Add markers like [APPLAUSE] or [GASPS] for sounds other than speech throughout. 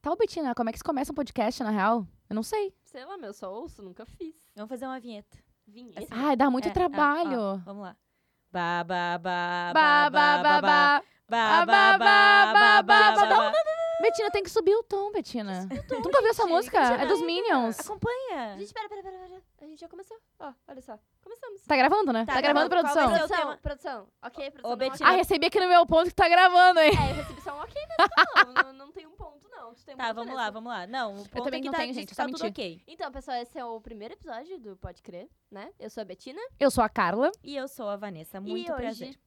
Tal, Betina, como é que se começa um podcast, na real? Eu não sei. Sei lá, meu, só ouço, nunca fiz. Vamos fazer uma vinheta. Vinheta. Sim. Ai, dá muito É, ó, ó, trabalho. vamos lá. Ba, ba, ba, Ba, ba, ba, ba, ba. ba, ba, ba, ba, ba, ba, ba, ba, ba, ba. Betina, tem que subir o tom, Betina. Tu nunca ouviu essa gente, música? É Betina, dos Minions. Acompanha. Gente, pera, pera, pera, pera. A gente já começou. Ó, olha só. Começamos. Tá gravando, né? Tá, Tá gravando, gravando, qual vai produção? ser Produção, Esse é o tema. produção. Ok, produção. Ô, não, Betina. Ah, ok. recebi aqui no meu ponto que tá gravando, hein? É, eu recebi só um ok, mas não, não, não tem um ponto, não. Tu tem um Tá, ponto vamos nessa. lá, vamos lá. Não, o ponto também é que não tá, tenho, diz gente, que só tá tudo menti. ok. Então, pessoal, esse é o primeiro episódio do Pode Crer, né? Eu sou a Betina. Eu sou a Carla. E eu sou a Vanessa, e muito hoje... prazer.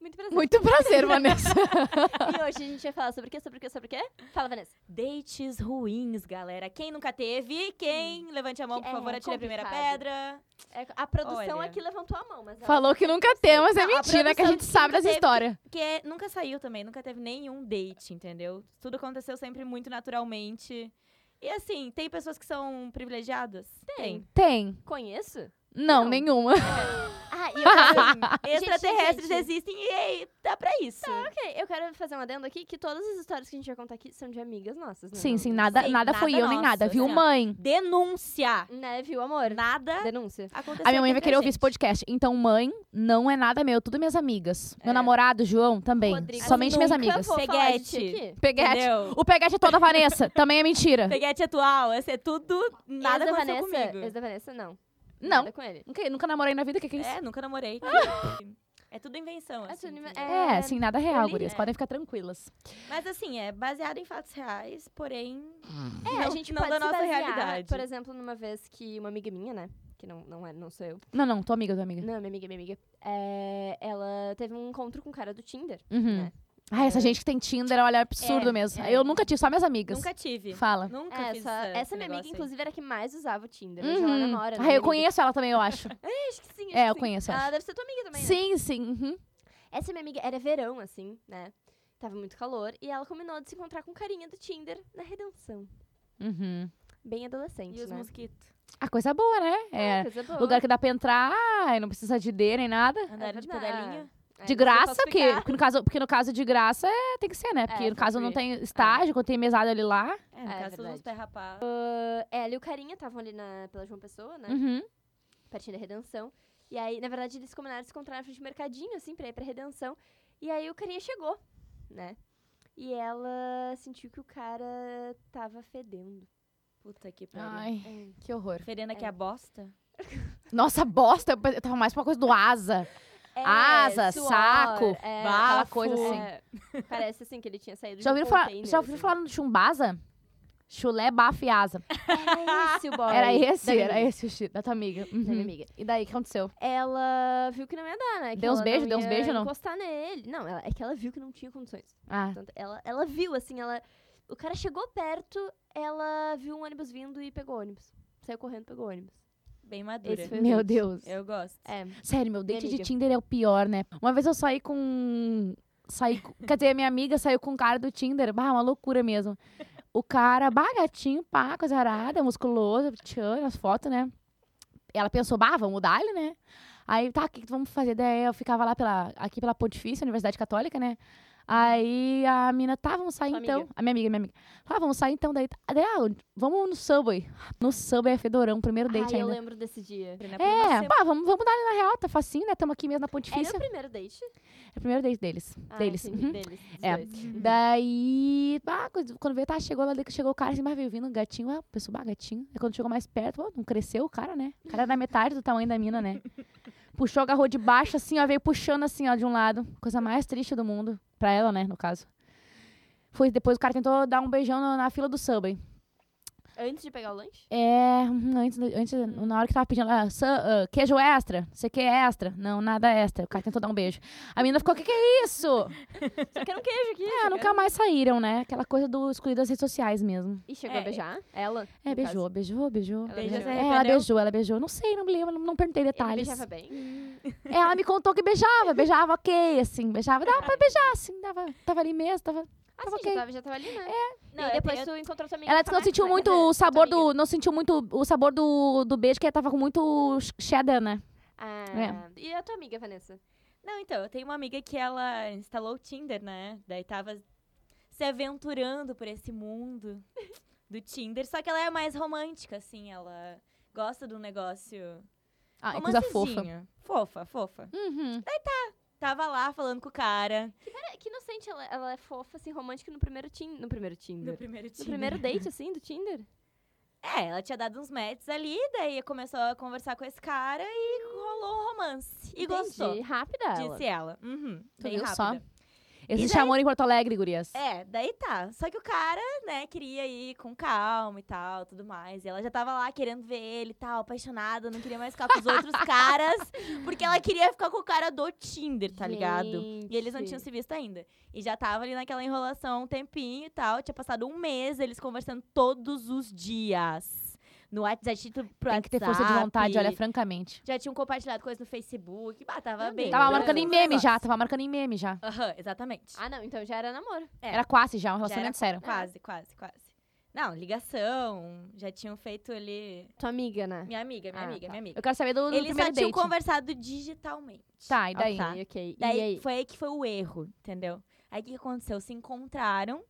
Muito prazer. Muito prazer, Vanessa. [LAUGHS] E hoje a gente vai falar sobre o quê, sobre o quê, sobre o quê? Fala, Vanessa. Dates ruins, galera. Quem nunca teve? Quem? Levante a mão, por É, favor, atire a primeira complicado. pedra. É, a produção Olha. aqui levantou a mão, mas ela... Falou que nunca tem, mas é Não, a mentira, que a produção gente disse que sabe nunca dessa teve. história. Que é- nunca saiu também, nunca teve nenhum date, entendeu? Tudo aconteceu sempre muito naturalmente. E assim, tem pessoas que são privilegiadas? Tem. Tem. Conheço? Não, Não. nenhuma. Ah, e [LAUGHS] eu quero... Extraterrestres gente. existem e aí, dá pra isso. ok, eu quero fazer um adendo aqui, que todas as histórias que a gente vai contar aqui são de amigas nossas, né? Sim, Não- sim, nada, Sim, nada fui nada eu, nem nosso, nada. Viu, assim, ó. mãe? Denúncia. Né, viu, amor? Nada Denúncia. aconteceu. A minha mãe vai aqui querer pra ouvir esse Tá gente. podcast. Então, mãe, não é nada meu, tudo minhas amigas. Meu É. namorado, João, também. Rodrigo. Somente minhas Nunca amigas. Vou falar de ti Peguete. aqui. Peguete. Entendeu? O peguete é toda a Vanessa. também é mentira. Peguete atual, esse é tudo, nada Ex da aconteceu Vanessa, comigo. Ex da Vanessa, não. Não. Nada com ele. Nunca, nunca namorei na vida, o que, que é isso? É, [GASPS] nunca namorei. É tudo invenção, É assim, tudo inven- entendeu? É, É, sim, nada real, ele- gurias. é. Podem ficar tranquilas. Mas assim, é baseado em fatos reais, porém É, a Não- gente não pode da se nossa basear, realidade. por exemplo, numa vez que uma amiga minha, né? Que não, não, é, não sou eu. Não, não, tua amiga, tua amiga. Não, minha amiga, minha amiga. É, ela teve um encontro com um cara do Tinder. Uhum. É. Ah, essa É. gente que tem Tinder, olha, é absurdo É, mesmo. é. Eu nunca tive, só minhas amigas. nunca tive. Fala. Nunca É, fiz essa, essa, essa minha amiga, inclusive, era a que mais usava o Tinder. Hoje ela Uhum. namora. né, Ah, minha eu amiga? conheço ela também, eu acho. Acho que sim, acho É, que eu sim. conheço, Ela acho. deve ser tua amiga também, né? sim, sim. uhum. Essa minha amiga era verão, assim, né? Tava muito calor. E ela combinou de se encontrar com um carinha do Tinder na Redenção. Uhum. Bem adolescente, E os né? mosquitos? Ah, coisa boa, né? É. Coisa boa. Lugar que dá pra entrar, ai, não precisa de D nem nada. Andaram de É verdade. pedalinha? É, De não sei graça, porque, falsificar. porque no caso, porque no caso de graça é, tem que ser, né? Porque É, no caso não free. tem estágio, quando tem mesada ali lá. É, no É, caso verdade. dos perrapá. Ah, Ela e o carinha estavam ali na, pela João Pessoa, né? Uhum. Pertinho da Redenção. E aí, na verdade, eles combinaram de se encontrar na frente do mercadinho, assim, pra ir pra Redenção. E aí o carinha chegou, né? E ela sentiu que o cara tava fedendo. Puta que pariu. Ai, que horror. Fedendo aqui É. a bosta? Nossa, bosta, eu pe- eu tava mais pra uma coisa do asa. É, Asa, suor, saco, é, aquela bafo. coisa assim. é, parece assim que ele tinha saído Já de um ouviram, falar, container, já ouviram assim. falar no chumbasa? Chulé, bafo e asa. Era esse o boy. Era esse, da minha era amiga, esse o X da tua amiga. Da minha Uhum. amiga. E daí, o que aconteceu? Ela viu que não ia dar, né? Que Deu uns ela beijos, deu uns ia beijos, não? encostar nele. Não, ela- é que ela viu que não tinha condições. Ah, Tanto- ela, ela viu, assim, ela. O cara chegou perto, ela viu um ônibus vindo e pegou o ônibus. Saiu correndo, pegou o ônibus. Bem madura. Esse foi- meu gente. Deus. Eu gosto. É. Sério, meu date de amiga. Tinder é o pior, né? Uma vez eu saí com. Saí... com- Quer dizer, minha amiga saiu com um cara do Tinder. Bah, uma loucura mesmo. O cara, bah, gatinho, pá, coisa arada, musculoso, tchan, as fotos, né? Ela pensou, bah, vamos mudar ele, né? Aí, tá, o que, que vamos fazer? Daí eu ficava lá pela, aqui pela Pontifícia, Universidade Católica, né? Aí a mina, tá, vamos sair Tua então. amiga. A minha amiga, minha amiga. Ah, vamos sair então. Daí, daí, ah, vamos no Subway. No Subway é fedorão, primeiro Ai, date eu ainda. lembro desse dia. Na primeira É, né? semana- pá, vamos, vamos dar ali na real, tá facinho, né? Tamo aqui mesmo na Era Pontifícia. o primeiro date? É o primeiro date deles. Ah, deles. entendi, Uhum. uhum. deles. dos É. dois. Daí, pá, quando- quando veio, tá, chegou lá, daí que chegou o cara assim, mas veio vindo um gatinho, ah, pessoa, ah, gatinho. Aí quando chegou mais perto, ó, não cresceu o cara, né? O cara era metade do tamanho da mina, [LAUGHS] né? Puxou, agarrou de baixo, assim, ó, veio puxando assim, ó, de um lado. Coisa mais triste do mundo. Pra ela, né, no caso. Foi, depois o cara tentou dar um beijão na, na fila do Subway. Antes de pegar o lanche? É, hum, antes, do- antes na hora que tava pedindo, ah, sa- ah, queijo extra, você quer é extra? Não, nada extra. O cara tentou dar um beijo. A menina ficou, o que, que é isso? Só quero um queijo aqui. É, nunca mais saíram, né? Aquela coisa do excluir das redes sociais mesmo. E chegou a É. beijar? Ela? É, no beijou, caso. beijou, beijou. Ela beijou. beijou. É, ela beijou, ela beijou. Não sei, não me lembro, não, não perguntei Ele detalhes. beijava bem? É, ela me contou que beijava, beijava ok, assim, beijava, dava pra beijar, assim, dava, tava ali mesmo, tava... Ah, Tava sim, ok. já, tava, já tava ali, né? Não, e eu- depois eu- tu encontrou também. Ela disse que não né? sentiu muito o é sabor do, não sentiu muito o sabor do, do beijo, que tava com muito cheddar, né? Ah, e a tua amiga, Vanessa? Não, então, eu tenho uma amiga que ela instalou o Tinder, né? Daí tava se aventurando por esse mundo do Tinder. Só que ela é mais romântica, assim. Ela gosta do negócio. Ah, e coisa fofa. romancezinho. Fofa, fofa. tá, Uhum. Tava lá falando com o cara. É, que inocente, ela, ela é fofa, assim, romântica no primeiro Tinder. No primeiro Tinder. No primeiro Tinder. No primeiro date, assim, do [LAUGHS] Tinder. É, ela tinha dado uns matches ali, daí começou a conversar com esse cara e rolou um romance. E Entendi, gostou. Rápida ela. Disse ela. Uhum. Tudo viu rápido. só? Esse E chamou em Porto Alegre, gurias. É, daí tá. Só que o cara, né, queria ir com calma e tal, tudo mais. E ela já tava lá querendo ver ele e tal, apaixonada, não queria mais ficar com os [LAUGHS] outros caras, porque ela queria ficar com o cara do Tinder, tá ligado? E eles não tinham se visto ainda. E já tava ali naquela enrolação um tempinho e tal. Tinha passado um mês eles conversando todos os dias. No WhatsApp, pro Tem que ter força de WhatsApp. vontade, olha, francamente. Já tinham compartilhado coisas no Facebook. Bah, tava Meu bem. Deus. Tava Lembrando marcando em dos meme já, tava marcando em meme já. Aham, exatamente. Ah, não, então já era namoro. É. Era quase já, um Já era relacionamento sério. Quase, quase, quase. Não, ligação. Já tinham feito ali. Tua amiga, né? Minha amiga, minha Ah, amiga, tá. minha amiga. Eu quero saber do, do Eles só primeiro tinham date. conversado digitalmente. Ah, Tá, Ah, e daí? Ok, ok. Daí e aí? foi aí que foi o erro, entendeu? Aí o que que aconteceu? Se encontraram.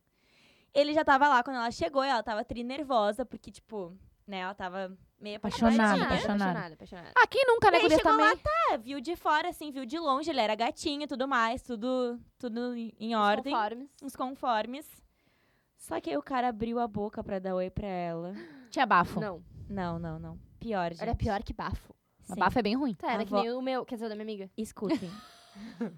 Ele já tava lá quando ela chegou, e ela tava tri nervosa, porque, tipo, né, ela tava meio Apaixonada, apaixonada. apaixonada. apaixonada. Ah, quem nunca, né, Daí gurias, chegou também? lá, Ah, viu de fora, assim, viu de longe, ele era gatinho e tudo mais, tudo, tudo em em ordem. Conformes. Uns conformes. Só que aí o cara abriu a boca pra dar oi pra ela. Tinha bafo. Não, Não, não, não. Pior, gente. é era pior que bafo. Mas Sim. bafo é bem ruim. Tá, era A que vó- nem o meu, quer dizer, o da minha amiga. [LAUGHS] Escutem.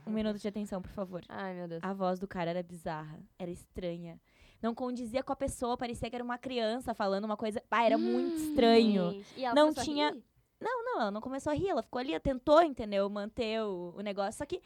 um minuto de atenção, por favor. Ai, meu Deus. A voz do cara era bizarra, era estranha. Não condizia com a pessoa, parecia que era uma criança falando uma coisa. Ah, era Hum. muito estranho. E ela Não começou a tinha- rir? Não, não, ela não começou a rir, ela ficou ali, ela tentou, entendeu? Manter o, o negócio. Só que,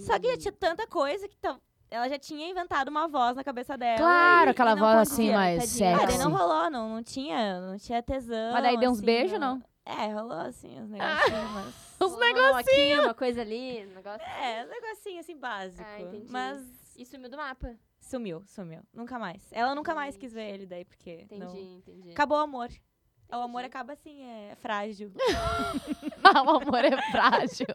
só que já tinha tanta coisa que tam- ela já tinha inventado uma voz na cabeça dela. Claro, e- aquela e não voz assim, condizia. mais tadinha. sexy. Ah, daí não rolou, não, não tinha, não tinha tesão. Mas daí deu uns assim, beijos, não? [LAUGHS] Ah. É, rolou assim, os negocinhos, mas. Os negocinhos. Aqui, uma coisa ali, um negócio. É, um negocinho assim básico. Ah, entendi. mas E sumiu do mapa. sumiu, sumiu. Nunca mais. Ela nunca mais quis Gente. ver ele daí, porque. Entendi, não- entendi. Acabou o amor. O amor Entendi. acaba assim, [LAUGHS] é frágil. o amor é frágil.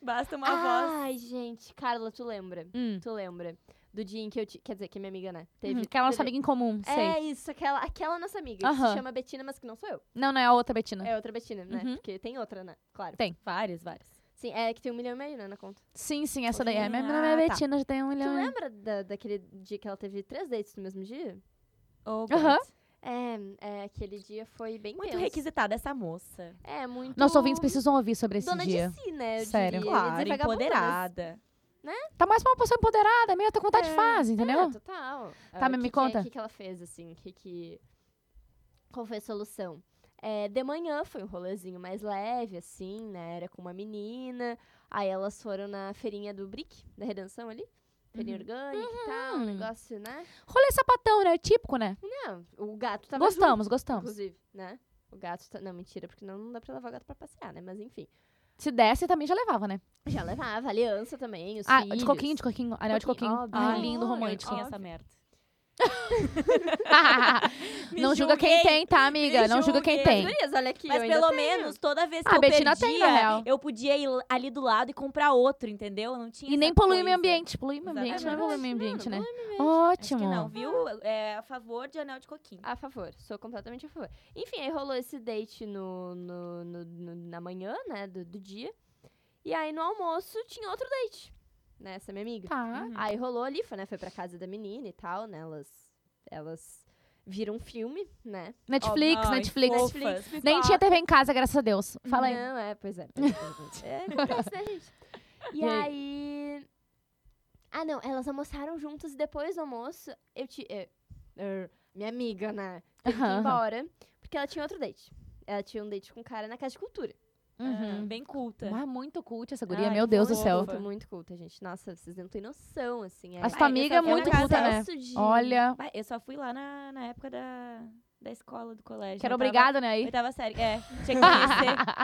Basta uma Ah! voz. Ai, gente, Carla, tu lembra? Hum. Tu lembra do dia em que eu te... Quer dizer, que minha amiga, né? Uhum, Teve. Aquela nossa teve- amiga em comum, sei. É isso, aquela, aquela nossa amiga. Que Aham. se chama Betina, mas que não sou eu. Não, não é a outra Betina. É outra Betina, né? Uhum. Porque tem outra, né? Claro. Várias, várias. Sim, é que tem um milhão e meio, né, na conta. Sim, sim, essa daí é. Meu nome é Ah, tá. Betina, já tem um Tu é milhão. lembra da- daquele dia que ela teve três dates no mesmo dia? Oh, Aham. God. É, é, aquele dia foi bem Muito tenso. requisitada essa moça. É, muito... Nossos ouvintes precisam ouvir sobre esse Dona dia. de si, né? Eu Sério. diria. né? Eu ia Claro, dizer vagabunda, mas- empoderada. Tá mais pra uma pessoa empoderada, meio tá com vontade de É, fase, entendeu? É, total. Tá, Ah, mas me que que é- conta. O que, que ela fez, assim? Que que... Qual foi a solução? É, de manhã foi um rolezinho mais leve, assim, né? Era com uma menina. Aí elas foram na feirinha do Brick, da Redenção ali. Uhum. Feirinha orgânica e tal, um negócio, né? Rolê sapatão, né? Típico, né? Não, o gato tava junto, gostamos, gostamos. Tá um. inclusive, né? O gato... tá- Não, mentira, porque não, não dá pra levar o gato pra passear, né? Mas enfim. Se desse, também já levava, né? Já levava, aliança também, os Ah, filhos. de coquinho, de coquinho. Anel de Coquinho, coquinho. óbvio. Ah, Ai, Ah, Ai, lindo, olha, romântico. Tinha óbvio. essa merda. [LAUGHS] Me não julga quem julguei. tem, tá, amiga? Me não julga quem julguei. tem. Gurias, olha aqui, Mas eu ainda pelo tenho. menos, toda vez que Ah, eu Betina perdia, tem, na real. eu podia ir ali do lado e comprar outro, entendeu? Não tinha E nem essa polui o meio coisa. ambiente. Polui o meio Exatamente. ambiente, não é polui o meio ambiente, né? não Ótimo. Acho que não, viu? É a favor de anel de coquinho. A favor, sou completamente a favor. Enfim, aí rolou esse date no, no- no- no- na manhã, né, do, do dia. E aí no almoço tinha outro date, né, essa minha amiga. Tá. Aí rolou ali, foi, né, foi pra casa da menina e tal, né, elas, elas viram um filme, né. Netflix, Ai, Netflix. fofas. Nem tinha TV em casa, graças a Deus. Fala aí. Não, é, pois é. pois é, pois é. [LAUGHS] É, Então, acontece, né, gente? E, E aí? aí... Ah, não, elas almoçaram juntas e depois do almoço, eu te... é, er, minha amiga, né? Teve que ir Aham. embora, porque ela tinha outro date. Ela tinha um date com um cara na Casa de Cultura. Uhum. Bem culta. Ah, muito cult essa guria, Ai, meu que Deus do fofo. céu. Muito, muito culta, gente. Nossa, vocês não têm noção, assim. É, Mas tua Ai, amiga essa é foi muito uma culta, né? casaço de- Olha, Bah, Eu só fui lá na, na época da, da escola, do colégio. que era Eu tava- obrigado, né? Eu Aí. tava sério. É, tinha [LAUGHS] que conhecer.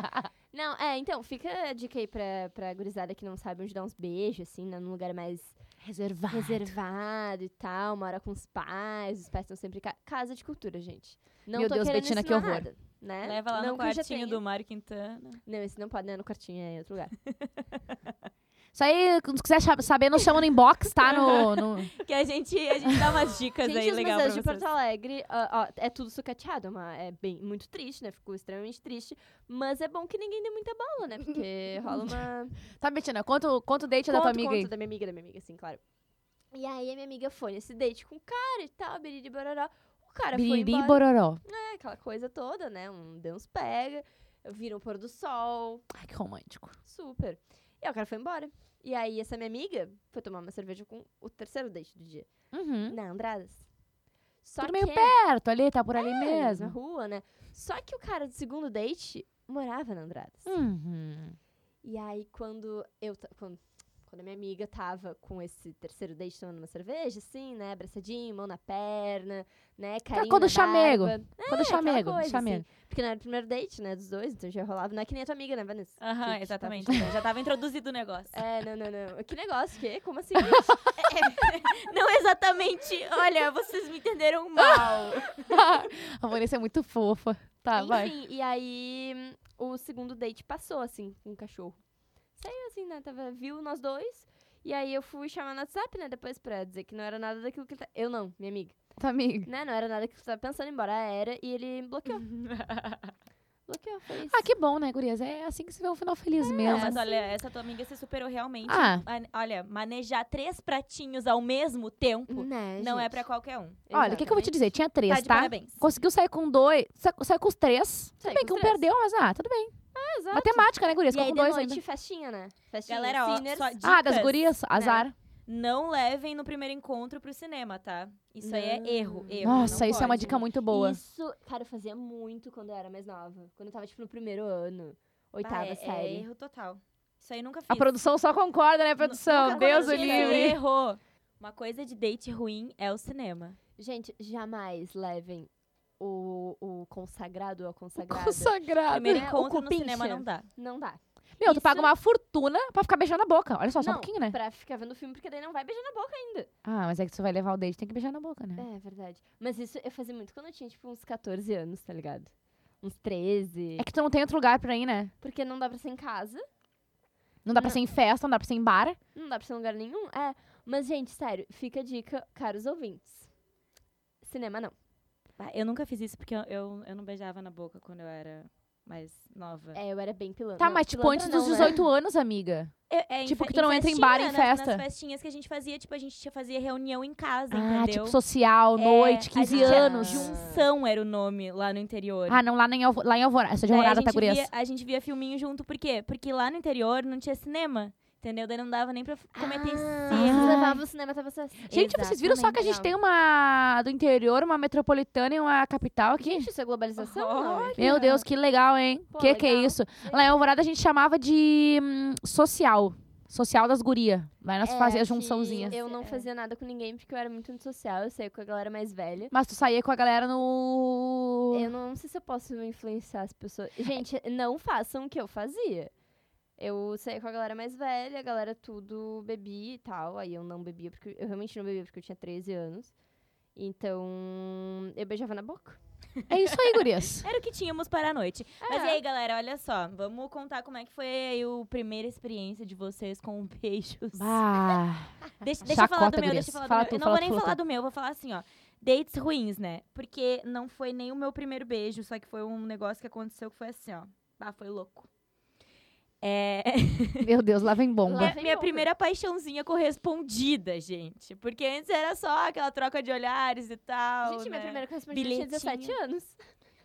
Não, é, então, fica a dica aí pra, pra gurizada que não sabe onde dar uns beijos, assim, né, num lugar mais Reservado. reservado e tal, mora com os pais, os pais estão sempre em ca casa de cultura, gente. Não Meu tô Deus, querendo Betina, que ensinar horror. nada, né? Leva lá não no que eu já tenha. quartinho do Mário Quintana. né, Não, esse não pode, não é no quartinho, é em outro lugar. Isso aí, se quiser cha- saber, nos chama no inbox, tá? [LAUGHS] No, no... Que a gente, a gente dá umas dicas Gente, aí os legal pra museus vocês. de Porto Alegre, ó, ó, é tudo sucateado, é uma- é bem, muito triste, né? Ficou extremamente triste. Mas é bom que ninguém dê muita bola, né? Porque [LAUGHS] rola uma... Tá, Betina, conta, o- conta o date é da tua Conto, amiga conto aí. da minha amiga, da minha amiga, sim, claro. E aí a minha amiga foi nesse date com o cara e tal, biriri bororó. O cara foi Biriri e embora, Bororó. né, aquela coisa toda, né? Um Deus pega, vira um pôr do sol, Ai, que romântico. super. E aí o cara foi embora. E aí essa minha amiga foi tomar uma cerveja com o terceiro date do dia, Uhum. na Andradas. Só Tudo meio que- perto ali, tá por ali é, na mesma mesmo. rua, né? Só que o cara do segundo date morava na Andradas. Uhum. E aí, quando eu. ta- Quando, quando a minha amiga tava com esse terceiro date tomando uma cerveja, assim, né? Abraçadinho, mão na perna, né? Carinho quando na chamego, barba. Quando É, aquela chamego, coisa, chamego. assim. Porque não era o primeiro date, né? Dos dois, então já rolava. Não é que nem a tua amiga, né, Vanessa? Aham, Que- que exatamente. tava- Já tava introduzido o negócio. [LAUGHS] É, não, não, não. Que negócio, que? [LAUGHS] Como assim? gente? Não exatamente. Olha, vocês me entenderam mal. Ah, [LAUGHS] a Vanessa é muito fofa. Tá, vai. assim. Enfim, e aí hum, o segundo date passou, assim, com o cachorro. Saiu assim, né? Tava, viu nós dois. E aí eu fui chamar no WhatsApp, né? Depois pra dizer que não era nada daquilo que ele tá... Eu não, minha amiga. Tá, amiga. Né? Não era nada que eu tava pensando, embora era. E ele [LAUGHS] bloqueou. bloqueou, foi isso. Ah, que bom, né, gurias? É assim que se vê um final feliz É, Não, mesmo. mas olha, essa tua amiga se superou realmente. Ah. Mane- Olha, manejar três pratinhos ao mesmo tempo Né, não é gente? pra qualquer um. Olha, o que, que eu vou te dizer? Tinha três, Tá tá? de parabéns. Conseguiu sair com dois. sa- Saiu com os três. Saí Tudo bem com que um os três. perdeu, mas ah, tudo bem. Ah, exato. Matemática, né, gurias? E Ficou aí, com de dois noite, É, ainda. festinha, né? Festinha, Galera, ó, sinners. só Ah, das dicas. gurias? Azar. Não levem no primeiro encontro pro cinema, tá? Isso aí é Não. erro, erro. Ah. Nossa, não isso é uma pode. dica muito boa. Isso, cara, eu fazia muito quando eu era mais nova. Quando eu tava, tipo, no primeiro ano. Bah, Oitava é, É série. erro total. Isso aí nunca fiz. A produção só concorda, né, produção? Nunca Deus o cometi esse livre. Erro. Uma coisa de date ruim é o cinema. Gente, jamais levem o, o consagrado ou [LAUGHS] a consagrada. Consagrado. Primeiro né? encontro O no cupincha. cinema não dá. Não dá. Meu, tu Isso- paga uma fortuna pra ficar beijando a boca. Olha só, só um Não, pouquinho, né? Pra ficar vendo filme, porque daí não vai beijar na boca ainda. Ah, mas é que tu vai levar o date, tem que beijar na boca, né? É, verdade. Mas isso eu fazia muito quando eu tinha, tipo, uns 14 anos, tá ligado? Uns 13. É que tu não tem outro lugar pra ir, né? Porque não dá pra ser em casa, Não dá pra ser em festa, não dá pra ser em bar. não dá pra ser em lugar nenhum. É. Mas, gente, sério, fica a dica, caros ouvintes. Cinema não. Bah, Eu nunca fiz isso porque eu, eu, eu não beijava na boca quando eu era mais nova. É, eu era bem pilantra. Tá, Não, mas tipo, pilantra antes dos não, né? 18 anos, amiga. É- é em Tipo fe- que tu não entra em bar, em festinha, nas- festa. Nas festinhas que a gente fazia, tipo, a gente tinha- fazia reunião em casa, Ah, entendeu? tipo social, É, noite, a 15 gente era- anos. Junção era o nome lá no interior. Ah, não, lá, nem Alvo- lá em Alvorada. Eu sou de Daí Alvorada, a tá, gente gurias? via, a gente via filminho junto, por quê? Porque lá no interior não tinha cinema, entendeu? Daí não dava nem pra f- é Ah, cometer esse erro. vocês levavam o cinema pra vocês. Gente, vocês viram só que a gente tem uma do interior, uma metropolitana e uma capital aqui? Gente, isso é globalização? Olha. não? Meu Deus, que legal, hein? Pô, que que é legal. isso? Lá em Alvorada a gente chamava de hum, social. Social das gurias. Lá nós É, fazia que junçãozinha. Eu não É. fazia nada com ninguém porque eu era muito antissocial, eu saía com a galera mais velha. Mas tu saía com a galera no. Eu não sei se eu posso influenciar as pessoas. Gente, não façam o que eu fazia. Eu saía com a galera mais velha, a galera tudo bebia e tal. Aí eu não bebia, porque eu realmente não bebia porque eu tinha 13 anos. Então, eu beijava na boca. É isso aí, gurias. Era o que tínhamos para a noite. Mas É. e aí, galera, olha só. Vamos contar como é que foi aí a primeira experiência de vocês com [LAUGHS] beijos. Bah. Deixa, deixa eu falar Chacota, do meu, gurias. deixa eu falar Fala do meu. tu, eu não fala vou tu, nem fala falar tu. do meu, eu vou falar assim, ó. Dates ruins, né? Porque não foi nem o meu primeiro beijo, só que foi um negócio que aconteceu que foi assim, ó. Ah, foi louco. É... Meu Deus, lá vem bomba. Lá Minha, vem minha outra. primeira paixãozinha correspondida, gente. Porque antes era só aquela troca de olhares e tal. Gente, né? minha primeira correspondente tinha 17 Bilhetinho. anos.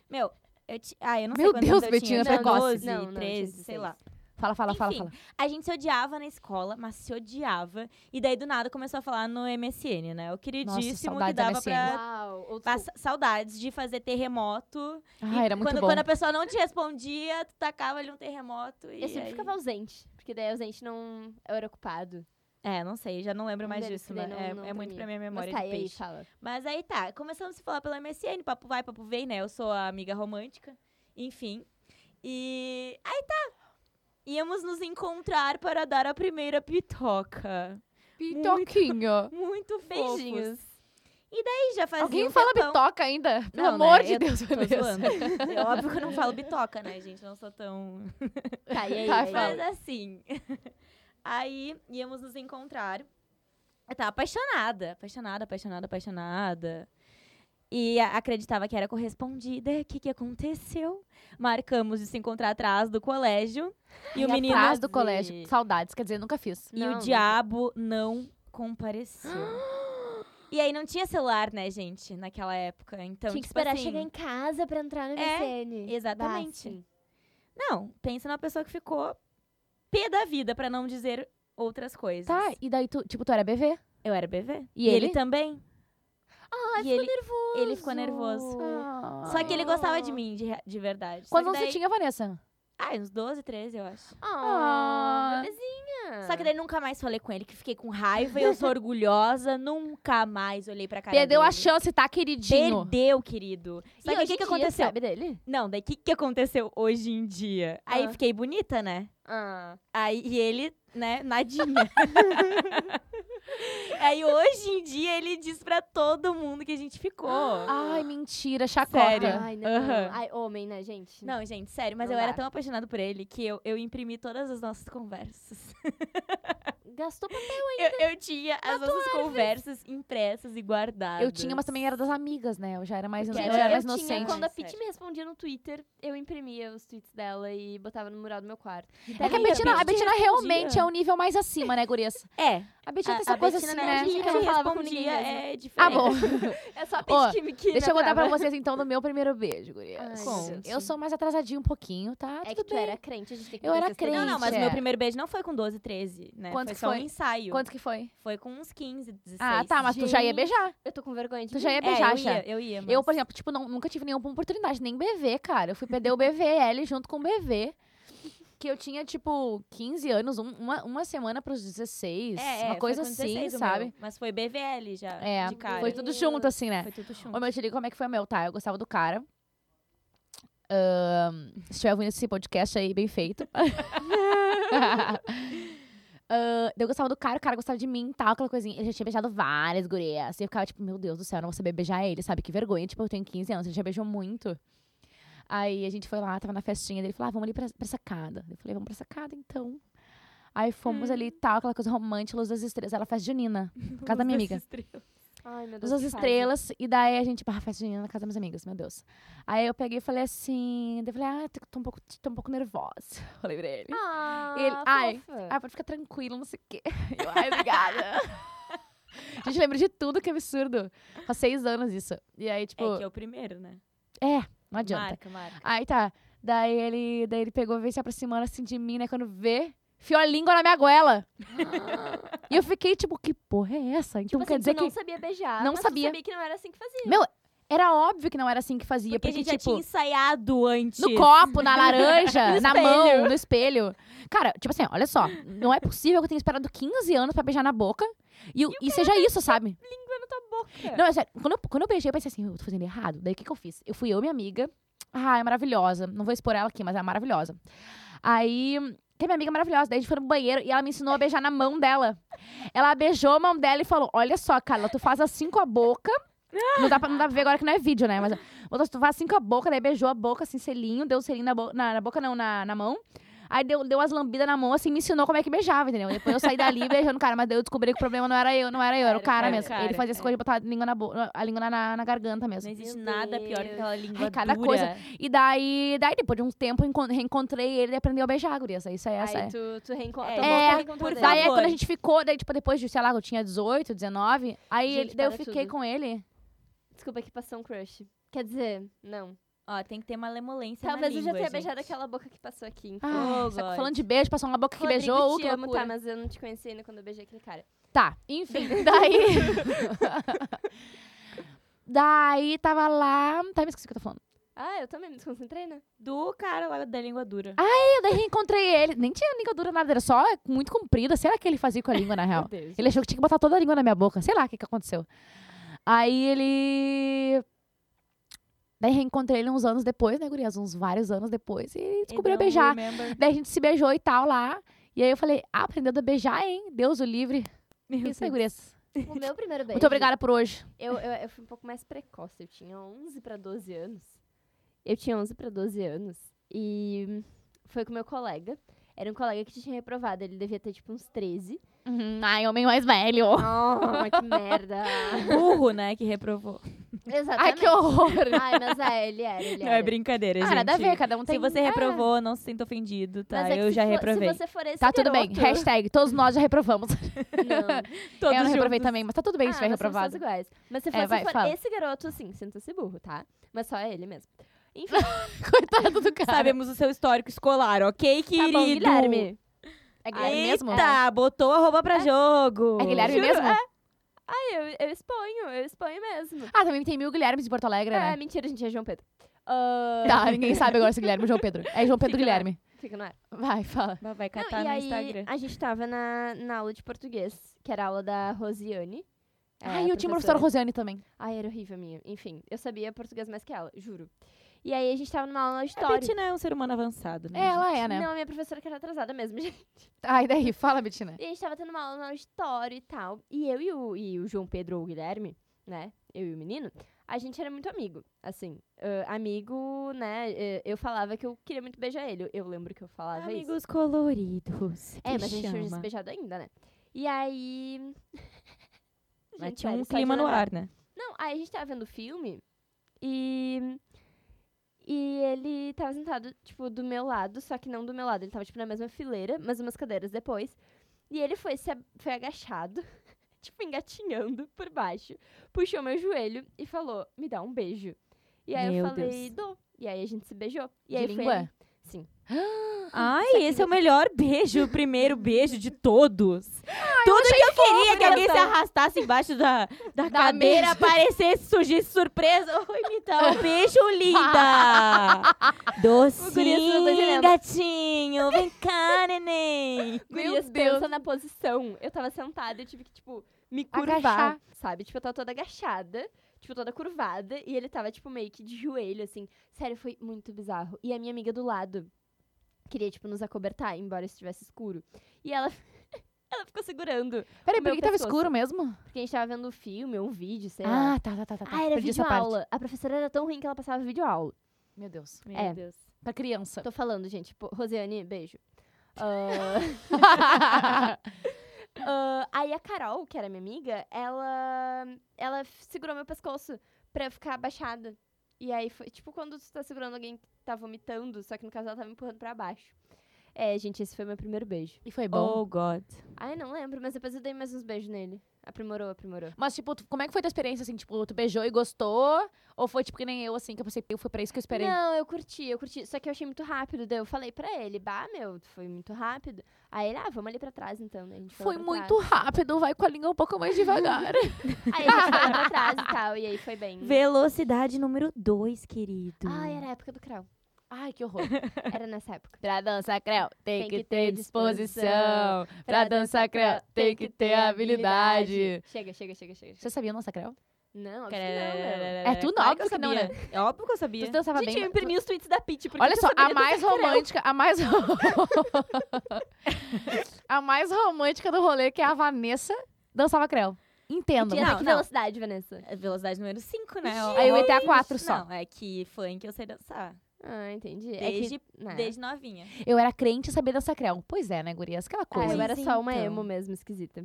Meu, eu ti... Ah, eu não Meu sei quantos Deus, anos eu Betina, tinha. tinha precoce. 12, Não, não, tinha 13, sei 16. lá. Fala, fala, fala, Enfim. fala. A gente se odiava na escola, mas se odiava. E daí, do nada, começou a falar no MSN, né? O queridíssimo que saudades da dava MSN. pra... Uau, old pra school. sa- Saudades de fazer terremoto. Ah, E era muito quando, bom. Quando a pessoa não te respondia, tu tacava ali um terremoto e Eu sempre aí- ficava ausente, porque daí ausente não... Eu era ocupado. É, não sei, já não lembro Não mais lembro disso, se daí mas não- é, não é muito tremia. pra minha memória Mas tá, e de aí, peixe. fala. Mas aí tá, começamos a se falar pela MSN, papo vai, papo vem, né? Eu sou a amiga romântica, enfim. E aí tá. Íamos nos encontrar para dar a primeira pitoca. Pitoquinho. Muito fofos. Beijinhos. E já fazia Alguém um fala tempão- bitoca ainda? Pelo Não, amor né, de eu Deus, Tô Vanessa. zoando. É óbvio que eu não falo bitoca, né, gente? Eu Não sou tão Tá, e aí? Tá, e aí? fala. Mas assim. [LAUGHS] Aí íamos nos encontrar. Eu tava apaixonada, apaixonada, apaixonada, apaixonada. E a- acreditava que era correspondida. O que, que aconteceu? Marcamos de se encontrar atrás do colégio. E, o menino. Atrás do colégio. Saudades, quer dizer, nunca fiz. E Não, o nunca. diabo não compareceu. [GASPS] e aí não tinha celular, né, gente, naquela época. Então, Tinha que tipo esperar assim, chegar em casa pra entrar no É, MSN. exatamente. Bah, sim. Não, pensa na pessoa que ficou pé da vida, pra não dizer outras coisas. Tá, e daí tu, tipo, tu era BV? Eu era bebê. E ele? também. Ah, E ficou ele- nervoso. ele ficou nervoso. Só que ele gostava de mim, de, re- de verdade. Só Ah. Quando que você daí- tinha, Vanessa? Ah, uns 12, 13, eu acho. Ah, Ah. bebezinha. Só que daí nunca mais falei com ele, que fiquei com raiva e eu sou orgulhosa. Nunca mais olhei pra cara Perdeu dele. a chance, tá, queridinho? Perdeu, querido. Só E que o hoje que, em que dia, aconteceu? sabe dele? Não, daí o que, que aconteceu hoje em dia? Aí Ah. fiquei bonita, né? Ah. Aí e ele, né, nadinha. [LAUGHS] Aí hoje em dia ele diz pra todo mundo que a gente ficou. [GASPS] Ai, mentira, chacota. Sério. Ai, não. Aham. Ai, homem, né, gente? Não, gente, sério, mas Não eu era dá. tão apaixonada por ele que eu, eu imprimi todas as nossas conversas. Gastou pra é. Eu, eu tinha as nossas conversas impressas e guardadas. Eu tinha, mas também era das amigas, né? Eu já era mais, eu Porque era era- mais eu inocente. tinha, quando a Pete Sério. me respondia no Twitter, eu imprimia os tweets dela e botava no mural do meu quarto. É que a Amiga, Betina, a Betina Betina respondia. realmente é um nível mais acima, né, gurias? É, A Betina A- tem essa a coisa Betina assim, não né? é Fingia que que não não falava com ninguém respondia, mesmo. é Ah, diferente. bom. [LAUGHS] É só a Ó, Pete que me que Deixa eu me contar pra atrava. vocês, então, do meu primeiro beijo, gurias. Ai, Conte. gente. Eu sou mais atrasadinha um pouquinho, tá? É que Tudo tu bem. era crente, a gente tem que Eu era confessar isso. Não, não, mas o é. meu primeiro beijo não foi com 12, 13, né? Quanto foi que só foi? um ensaio. Quanto que foi? Foi com uns 15, 16. Ah, tá, mas tu já ia Gente. beijar. Eu tô com vergonha de Tu já ia mim. É, beijar, eu já. ia, eu ia. Mas... Eu, por exemplo, tipo, não- nunca tive nenhuma oportunidade, nem BV, cara. Eu fui perder o [LAUGHS] BVL junto com o BV. Que eu tinha, tipo, 15 anos, um- uma, uma semana pros 16. É, é, uma foi coisa com assim, 16 o sabe? meu, Mas foi BVL já, É, de cara. foi tudo junto, assim, né? Foi tudo junto. Ô, meu, te ligo como é que foi o meu, tá? Eu gostava do cara. Ahn, se estiver ouvindo esse podcast aí, bem feito. Ahn, eu gostava do cara, o cara gostava de mim e tal, aquela coisinha. Ele já tinha beijado várias gurias. E eu ficava tipo, meu Deus do céu, eu não vou saber beijar ele, sabe? Que vergonha. Tipo, eu tenho 15 anos, ele já beijou muito. Aí a gente foi lá, tava na festinha dele, falou, ah, vamos ali pra, pra sacada. Eu falei, vamos pra sacada então. Aí fomos ali e tal, aquela coisa romântica, luz das estrelas. Era festa junina, por causa da [LAUGHS] minha amiga. É Ai, meu Deus. Luz das que fase. Estrelas. E daí a gente, barra festa junina na casa das minhas amigas, meu Deus. Aí eu peguei e falei assim, daí eu falei, ah, tô, tô um pouco, tô um pouco nervosa. [LAUGHS] Falei pra ele. Ah, Ele- ai, fofa. Ah, pode ficar tranquilo, não sei o quê. [LAUGHS] Eu, ai, obrigada. [LAUGHS] gente, lembra de tudo, que absurdo. Faz seis anos isso. E aí, tipo, É que é o primeiro, né? não adianta. Marca, marca. Aí tá. Daí ele, daí ele pegou, veio se aproximando assim de mim, né? Quando vê, fiou a língua na minha goela. e eu fiquei tipo, que porra é essa? Então Tipo quer assim, dizer tu que. não sabia beijar. Não mas sabia. Tu sabia que não era assim que fazia. Era óbvio que não era assim que fazia, Porque porque, a gente já tipo. tinha ensaiado antes. No copo, na laranja, No na espelho. mão, no espelho. Cara, tipo assim, olha só, não é possível que eu tenha esperado 15 anos pra beijar na boca e, o- e seja isso, sabe? Boca. Não, é sério, quando eu, quando eu beijei, eu pensei assim, eu tô fazendo errado. Daí o que, que eu fiz? Eu fui eu e minha amiga. Ah, é maravilhosa. Não vou expor ela aqui, mas é maravilhosa. Aí, que é minha amiga é maravilhosa. Daí a gente foi no banheiro e ela me ensinou a beijar na mão dela. Ela beijou a mão dela e falou: Olha só, Carla, tu faz assim com a boca. Não dá, pra, não dá pra ver agora que não é vídeo, né? Mas Botou- tu faz assim com a boca, daí beijou a boca, assim, selinho, deu o selinho na, bo- na, na boca, não, na, na mão. Aí deu, deu as lambidas na mão, assim, me ensinou como é que beijava, entendeu? Depois eu saí dali beijando o cara, mas daí eu descobri que o problema não era eu, não era eu, era o Era o cara cara, mesmo. cara, Ele fazia essa é. coisa de botar a língua na, bo- a língua na- na, na garganta mesmo. Não existe Meu nada pior que Deus. aquela língua cada dura. coisa. E daí, daí, depois de um tempo, eu encon- reencontrei ele e aprendeu a beijar, gurias. Isso aí, essa é. Aí tu, tu reencontra. É, tu é, volta a reencontrar por dele. Daí é favor. quando a gente ficou, daí, tipo, depois de, sei lá, eu tinha 18, 19, aí Gente, ele- daí eu para fiquei tudo. com ele. Desculpa que passou um crush. Quer dizer, não. Tá Ó, tem que ter uma lemolência Talvez na eu já língua, tenha gente. beijado aquela boca que passou aqui. então. Ah, Oh, só que God. falando de beijo, passou uma boca que Rodrigo, beijou, te que amo, loucura. tá? Mas eu não te conheci ainda quando eu beijei aquele cara. Tá, enfim, daí. [LAUGHS] daí tava lá. Tá, me esqueci o que eu tô falando. Ah, eu também me desconcentrei, [LAUGHS] né? Do cara lá da língua dura. Aí eu daí reencontrei ele. Nem tinha língua dura nada, era só muito comprida. Será que ele fazia com a língua, na real? Deus. Ele achou que tinha que botar toda a língua na minha boca. Sei lá o que, que aconteceu. Aí ele. Daí reencontrei ele uns anos depois, né, Gurias? Uns vários anos depois. E descobriu um a beijar. Daí a gente se beijou e tal lá. E aí eu falei, ah, aprendeu a beijar, hein? Deus o livre. Isso aí, Gurias. O meu primeiro beijo. Muito obrigada por hoje. Eu, eu, eu fui um pouco mais precoce. Eu tinha 11 pra 12 anos. Eu tinha 11 pra 12 anos. E foi com meu colega. Era um colega que tinha reprovado, ele devia ter tipo uns 13. Uhum, ai, homem mais velho. Ah. Oh, [LAUGHS] que merda. Burro, né? Que reprovou. Ai, Exatamente. que horror. Ai, mas é, ele era, ele Não, era. é brincadeira, Ah, gente. nada a ver, cada um tem... Se você é. reprovou, não se sinta ofendido, tá? Mas é que eu se já for- reprovei. Se você for esse Tá tudo bem. garoto- Hashtag, todos nós já reprovamos. Não. Todos eu não reprovei juntos. também, mas tá tudo bem se tiver Ah, nós somos todos reprovado. iguais. Mas se É, for, se vai, for fala. esse garoto, sim, sinta-se burro, tá? Mas só é ele mesmo. Enfim, tá [LAUGHS] Coitado do cara. [LAUGHS] Sabemos o seu histórico escolar, ok, tá querido? bom, Guilherme. É Guilherme mesmo? Eita, botou a roupa pra jogo. É Guilherme Juro, mesmo? é. Ai, eu, eu exponho, eu exponho mesmo. Ah, também tem mil Guilhermes de Porto Alegre, É, né? mentira, gente, é João [LAUGHS] Pedro. Ah, Tá, ninguém sabe agora se Guilherme ou João Pedro. É João Pedro Fica lá. Guilherme. [LAUGHS] Fica no ar. Vai, fala. Bah, Vai Não, catar e Tá no aí, Instagram. a gente tava na, na aula de português, que era a aula da Rosiane. É, Ai, eu tinha uma professora professora Rosiane também. Ai, era horrível a minha. Enfim, eu sabia português mais que ela, juro. E aí a gente tava numa aula de A história. Bettina é um ser humano avançado, né? É, ela é, né? Não, a minha professora que era atrasada mesmo, [LAUGHS] gente. Ai, daí, fala, Betina. E a gente tava tendo uma aula no auditório e tal. E eu e o, e o João Pedro ou o Guilherme, né? Eu e o menino, a gente era muito amigo. Assim, ah, amigo, né? eh, eu falava que eu queria muito beijar ele. Eu lembro que eu falava isso. Amigos coloridos. É, que mas a gente não tinha se chama. beijado ainda, né? E aí. Mas [LAUGHS] Gente, tinha sério, um só de clima no lembrar. ar, né? Não, aí a gente tava vendo o filme e. E ele tava sentado, tipo, do meu lado, só que não do meu lado. Ele tava, tipo, na mesma fileira, mas umas cadeiras depois. E ele foi, se, a- foi agachado, [LAUGHS] tipo, engatinhando por baixo, puxou meu joelho e falou: Me dá um beijo. E aí Meu eu falei: Deus. Dou. E aí a gente se beijou. E De aí foi. língua? ali- Sim. Ai, esse é o melhor beijo, o primeiro beijo de todos. Ah, Tudo que eu queria é que alguém se arrastasse embaixo da, da, cadeira, mesa. [LAUGHS] aparecesse, surgisse surpresa. Oi, me dá um beijo, [LAUGHS] linda! não tá Docinho, entendendo. gatinho, vem [LAUGHS] cá, neném. Meu Gurias, Deus. pensa na posição. Eu tava sentada, eu tive que, tipo, me curvar, Agachar. sabe? Tipo, eu tava toda agachada, tipo, toda curvada. E ele tava, tipo, meio que de joelho, assim. Sério, foi muito bizarro. E a minha amiga do lado queria, tipo, nos acobertar, embora estivesse escuro. E ela... [LAUGHS] ela ficou segurando. Peraí, O por meu que tava pescoço. escuro mesmo? Porque a gente tava vendo um filme ou um vídeo, sei lá. Ah, tá, tá, tá, tá. tá. Ah, era Perdi essa parte. videoaula. A professora era tão ruim que ela passava videoaula. Meu Deus. Meu É. Deus. Pra criança. Tô falando, gente. Pô, Rosiane, beijo. Ah, Ah, aí a Carol, que era minha amiga, ela, ela f- segurou meu pescoço pra eu ficar abaixada. E aí foi tipo quando tu tá segurando alguém que tá vomitando, só que no caso ela tava me empurrando pra baixo. É, gente, esse foi meu primeiro beijo. [LAUGHS] e foi bom. Oh, God. Ai, não lembro, mas depois eu dei mais uns beijos nele. Aprimorou, aprimorou. Mas, tipo, tu- como é que foi tua experiência, assim? Tipo, tu beijou e gostou? Ou foi, tipo, que nem eu, assim, que eu pensei, eu foi pra isso que eu esperei? Não, eu curti, eu curti. Só que eu achei muito rápido. Daí eu falei pra ele, bah, meu, foi muito rápido. Aí ele, ah, vamos ali pra trás então. Daí a gente foi Foi muito rápido, vai com a língua um pouco [LAUGHS] mais devagar. Aí a gente foi pra trás e tal, e aí foi bem. Velocidade número 2, querido. Ai, era a época do Krau. Ai, que horror. Era nessa época. [LAUGHS] Pra dançar creu, tem, que ter disposição. Pra dançar creu, tem que ter habilidade. Chega, chega, chega, chega. Você sabia dançar creu? Não, óbvio que não, meu. É tu, não, Claro que eu óbvio que não, sabia. É óbvio que eu sabia. Tu dançava Gente, bem. eu mas- imprimi os tweets da Pitty. porque Olha eu só, sabia a do mais Zac Efron. romântica, a mais ro- [LAUGHS] A mais romântica do rolê que é a Vanessa dançava creu. Entendo. Tinha Não, que não. velocidade, Vanessa. É Velocidade número 5, né? Gente! Aí eu ia até a quatro só. Não, é que funk eu sei dançar. Ah, entendi. é Desde, que, né. desde novinha. Eu era crente e sabia dançar creu. Pois é, né, gurias? Aquela Ah, coisa. eu era só uma Então. emo mesmo, esquisita.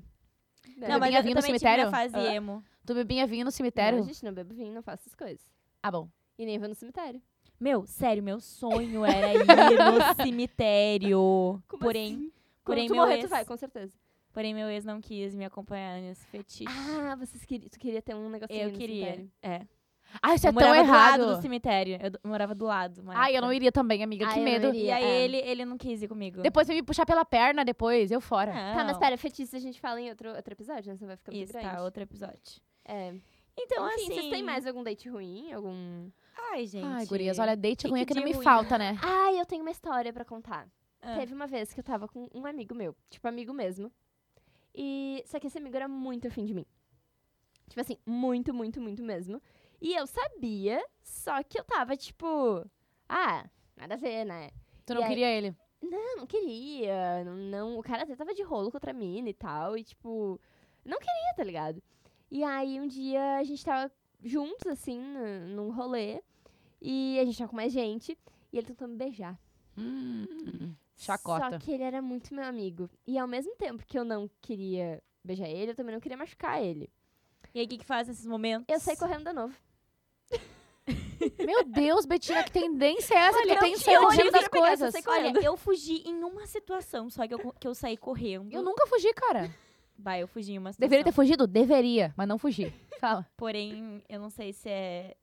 Não, mas- vinha vinho no também cemitério? tive minha fase Ah. emo. Tu bebinha vinho no sério? cemitério? Não, gente, não bebo vinho, não faço essas coisas. Ah, bom. E nem vou no cemitério. Meu, sério, meu sonho era [LAUGHS] ir no cemitério. Como porém, assim? Quando porém, tu meu morrer, tu ex- vai, com certeza. porém, meu ex não quis me acompanhar nesse fetiche. Ah, vocês queriam, tu queria ter um negocinho eu no queria. cemitério. É. Ah, isso eu é tão morava do lado errado. do cemitério. Eu do- morava do lado. uma Ai, eu não época. iria também, amiga. Ai, que eu não medo. iria. E aí É. ele, ele não quis ir comigo. Depois você me puxar pela perna depois, eu fora. Não. Tá, mas pera, fetiche a gente fala em outro, outro episódio, né? Senão vai ficar muito Isso, grande. tá, outro episódio. É. Então, Enfim, assim... vocês têm mais algum date ruim? Algum... Ai, gente. Ai, gurias, olha, date que ruim é que não dia me ruim. falta, né? Ah, eu tenho uma história pra contar. Ah. Teve uma vez que eu tava com um amigo meu, tipo, amigo mesmo. E só que esse amigo era muito afim de mim. Tipo assim, muito, muito, muito mesmo. E eu sabia, só que eu tava tipo, ah, nada a ver, né? Tu não E aí- queria ele. Eu não queria, não, não- o cara até tava de rolo contra mim e tal, e tipo, não queria, tá ligado? E aí um dia a gente tava juntos, assim, n- num rolê, e a gente tava com mais gente, e ele tentou me beijar. Hum, Chacota. Só que ele era muito meu amigo. E ao mesmo tempo que eu não queria beijar ele, eu também não queria machucar ele. E aí, o que, que faz nesses momentos? Eu saí correndo de novo. Meu Deus, Betina, que tendência é essa? Olha, tu tem eu que te ser o olho, giro eu das quero pegar essa coisas. sequência. Olha, correndo. eu fugi em uma situação só que eu, que eu saí correndo. Eu nunca fugi, cara. Vai, eu fugi em uma situação. Deveria ter fugido? Deveria, mas não fugi. Fala. Porém, eu não sei se é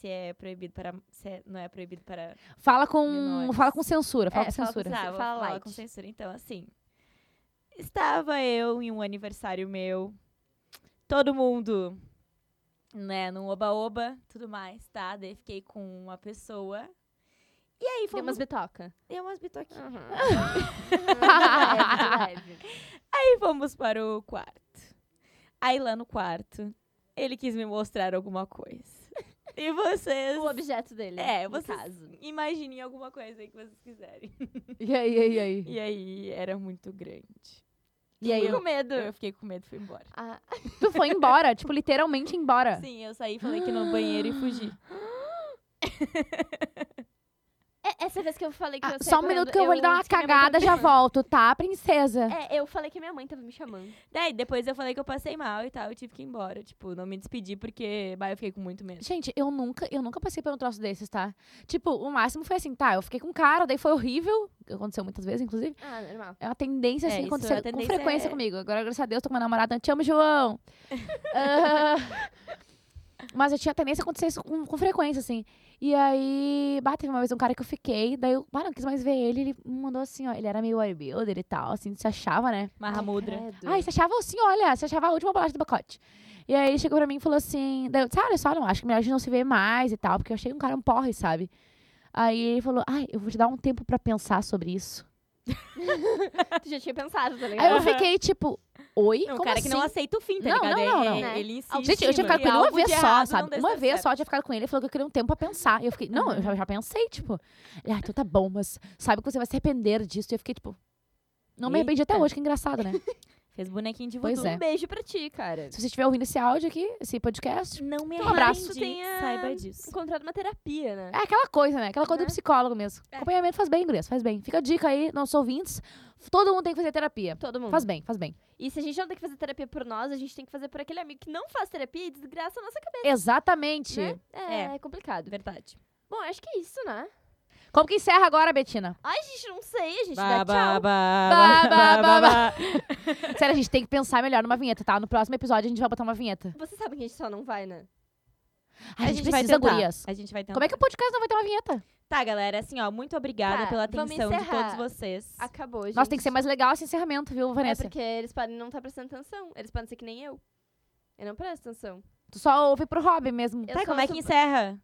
se é proibido para se é- não é proibido para Fala com, Menores. fala com censura, fala É, com fala com censura. censura. Tá, vou fala falar light. com censura então, assim. Estava eu em um aniversário meu. Todo mundo né, num oba-oba, tudo mais, tá? Daí fiquei com uma pessoa. E aí Deu fomos umas bitoca. deu umas bitoquinhas. Uhum. [LAUGHS] Aí fomos para o quarto. Aí lá no quarto, ele quis me mostrar alguma coisa. [LAUGHS] E [LAUGHS] vocês o Um objeto dele. É, no vocês- caso. imaginem alguma coisa aí que vocês [LAUGHS] quiserem. E aí, e aí, e aí? E aí era muito grande. E aí? Fiquei com medo. Ah. Eu fiquei com medo e fui embora. Ah, Tu foi embora, tipo, literalmente embora. Sim, eu saí, falei que no banheiro e [GASPS] fugi. é- essa vez que eu falei que Ah, eu saí só um minuto correndo, que eu vou lhe dar uma disse que minha mãe tava cagada, me já chamando. volto, tá, princesa? É, eu falei que minha mãe tava me chamando. Daí depois eu falei que eu passei mal e tal, eu tive que ir embora. Tipo, não me despedi porque, bah, eu fiquei com muito medo. Gente, eu nunca, eu nunca passei por um troço desses, tá? Tipo, o máximo foi assim, tá, eu fiquei com cara, daí foi horrível, que aconteceu muitas vezes, inclusive. Ah, normal. É uma tendência, É, assim, isso, acontecer a tendência com frequência é- comigo. Agora, graças a Deus, tô com meu namorado. eu Te amo, [LAUGHS] João! Ah, mas eu tinha tendência a acontecer isso com, com frequência, assim. E aí, bah, teve uma vez um cara que eu fiquei, daí eu, bah, não quis mais ver ele. Ele me mandou assim, ó. Ele era meio bodybuilder e tal, assim, se achava, né? Ah, Mahamudra. Ai, você achava assim, olha, você achava a última bolacha do pacote. E aí ele chegou pra mim e falou assim, daí eu disse, ah, olha só, não, acho que melhor a gente não se ver mais e tal, porque eu achei um cara um porre, sabe? Aí ele falou, ai, eu vou te dar um tempo pra pensar sobre isso. [LAUGHS] tu já tinha pensado, tá Aí ligado? eu fiquei tipo, oi? É um Como cara que não assim? aceita o fim, tá Não, ligado? não, Ele- não, não. ele- Né? Ele insiste. Gente, eu tinha ficado que com ele uma algo vez de só, errado não sabe? deve Uma estar vez certo. só, eu tinha ficado com ele. Ele falou que eu queria um tempo pra pensar. E eu fiquei, não, eu já, já pensei, tipo. Ele, ah, então tá bom, mas sabe que você vai se arrepender disso. E eu fiquei, tipo, não me arrependi até Eita. hoje, que engraçado, né? Fez bonequinho de voodoo. Pois é. Um beijo pra ti, cara. Se você estiver ouvindo esse áudio aqui, esse podcast, Não Um me arrependi, abraço. Tenha- saiba disso. Encontrado uma terapia, né? é aquela coisa, né? Aquela coisa Né? do psicólogo mesmo. É. Acompanhamento faz bem, Gurias, faz bem. Fica a dica aí, nossos ouvintes. Todo mundo tem que fazer terapia. Todo Hum. mundo. Faz bem, faz bem. E se a gente não tem que fazer terapia por nós, a gente tem que fazer por aquele amigo que não faz terapia e desgraça a nossa cabeça. Exatamente. Né? É, É. complicado. Verdade. Bom, acho que é isso, né? Como que encerra agora, Betina? Ai, gente, não sei, a gente dá Ba, tchau. ba, ba, Ba, ba, ba, ba, ba, ba, Sério, a gente tem que pensar melhor numa vinheta, tá? No próximo episódio a gente vai botar uma vinheta. Você sabe que a gente só não vai, né? A, gente, vai precisa, tentar. gurias. A gente vai tentar. Como é que o podcast não vai ter uma vinheta? Tá, galera, assim, ó, muito obrigada Tá, pela vamos atenção de encerrar. todos vocês. Acabou, gente. Nossa, tem que ser mais legal esse encerramento, viu, É Vanessa? porque eles podem não estar prestando atenção. Eles podem ser que nem eu. Eu não presto atenção. Tu só ouve pro hobby mesmo. Eu Tá, sou como é que super- encerra?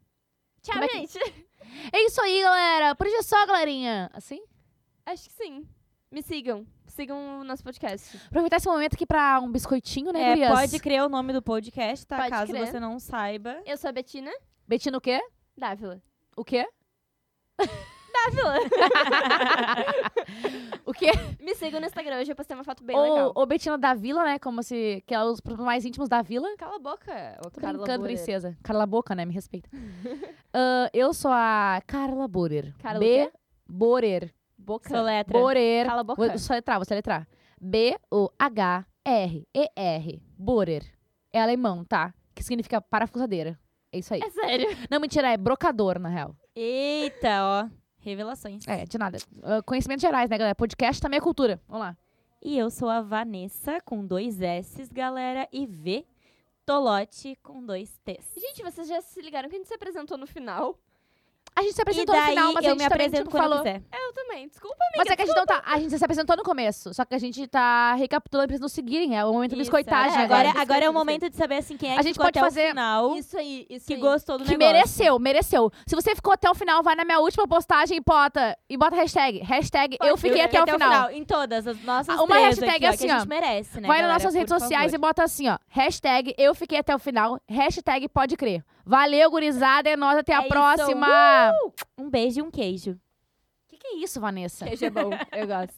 Tchau, como é que- gente. É isso aí, galera. Por hoje é só, galerinha. Assim? [LAUGHS] Acho que sim. Me sigam. Sigam o nosso podcast. Aproveitar esse momento aqui pra um biscoitinho, né, É, gurias? pode crer o nome do podcast, tá? Pode Caso crer. você não saiba. Eu sou a Betina Betina o quê? Dávila. O [LAUGHS] quê? Dávila! o quê? [LAUGHS] Me sigam no Instagram. Hoje eu postei uma foto bem Ou, legal. ou Betina da Vila, né? Como se... Que é os mais íntimos da Vila. Cala a boca, ô Tô Carla brincando, Borer. princesa. Carla Boca, né? Me [LAUGHS] respeita. Ah, eu sou a Carla Borer. Carla o B. Borer. Boca. Soletra. Borer. Cala a Vou boca. soletrar, vou soletrar. B-O-H-R-E-R. Borer. É alemão, tá? Que significa parafusadeira. É isso aí. É sério. Não, mentira, é brocador, na real. Eita, ó. Revelações. É, de nada. Ah, conhecimentos gerais, né, galera? Podcast também é cultura. Vamos lá. E eu sou a Vanessa, com dois S's, galera, e V. Tolote, com dois T's. Gente, vocês já se ligaram que a gente se apresentou no final? A gente se E apresentou daí no final, mas eu a gente me também, apresento tipo, quando falou. quiser. Eu também. Desculpa. Mas é que a gente não tá. A gente se apresentou no começo. Só que a gente tá recapitulando pra eles nos seguirem. É o momento da Isso, biscoitagem agora. é, agora, Biscoito, agora é o biscoito. momento de saber, assim, quem é A que gente ficou pode até fazer um o final, Isso aí, isso que aí. gostou do Que negócio. mereceu, mereceu. Se você ficou até o final, vai na minha última postagem e bota, e bota hashtag. Hashtag eu fiquei até, o final. Em todas as nossas Ah, uma três hashtag aqui, ó, assim, que a ó. gente merece, né, vai galera? nas nossas Por redes sociais favor. e bota assim, ó. Hashtag eu fiquei até o final. Hashtag pode crer. Valeu, gurizada. É nóis. Até a É isso. Uh! próxima. Um beijo e um queijo. O que, que é isso, Vanessa? Queijo é bom. Eu gosto.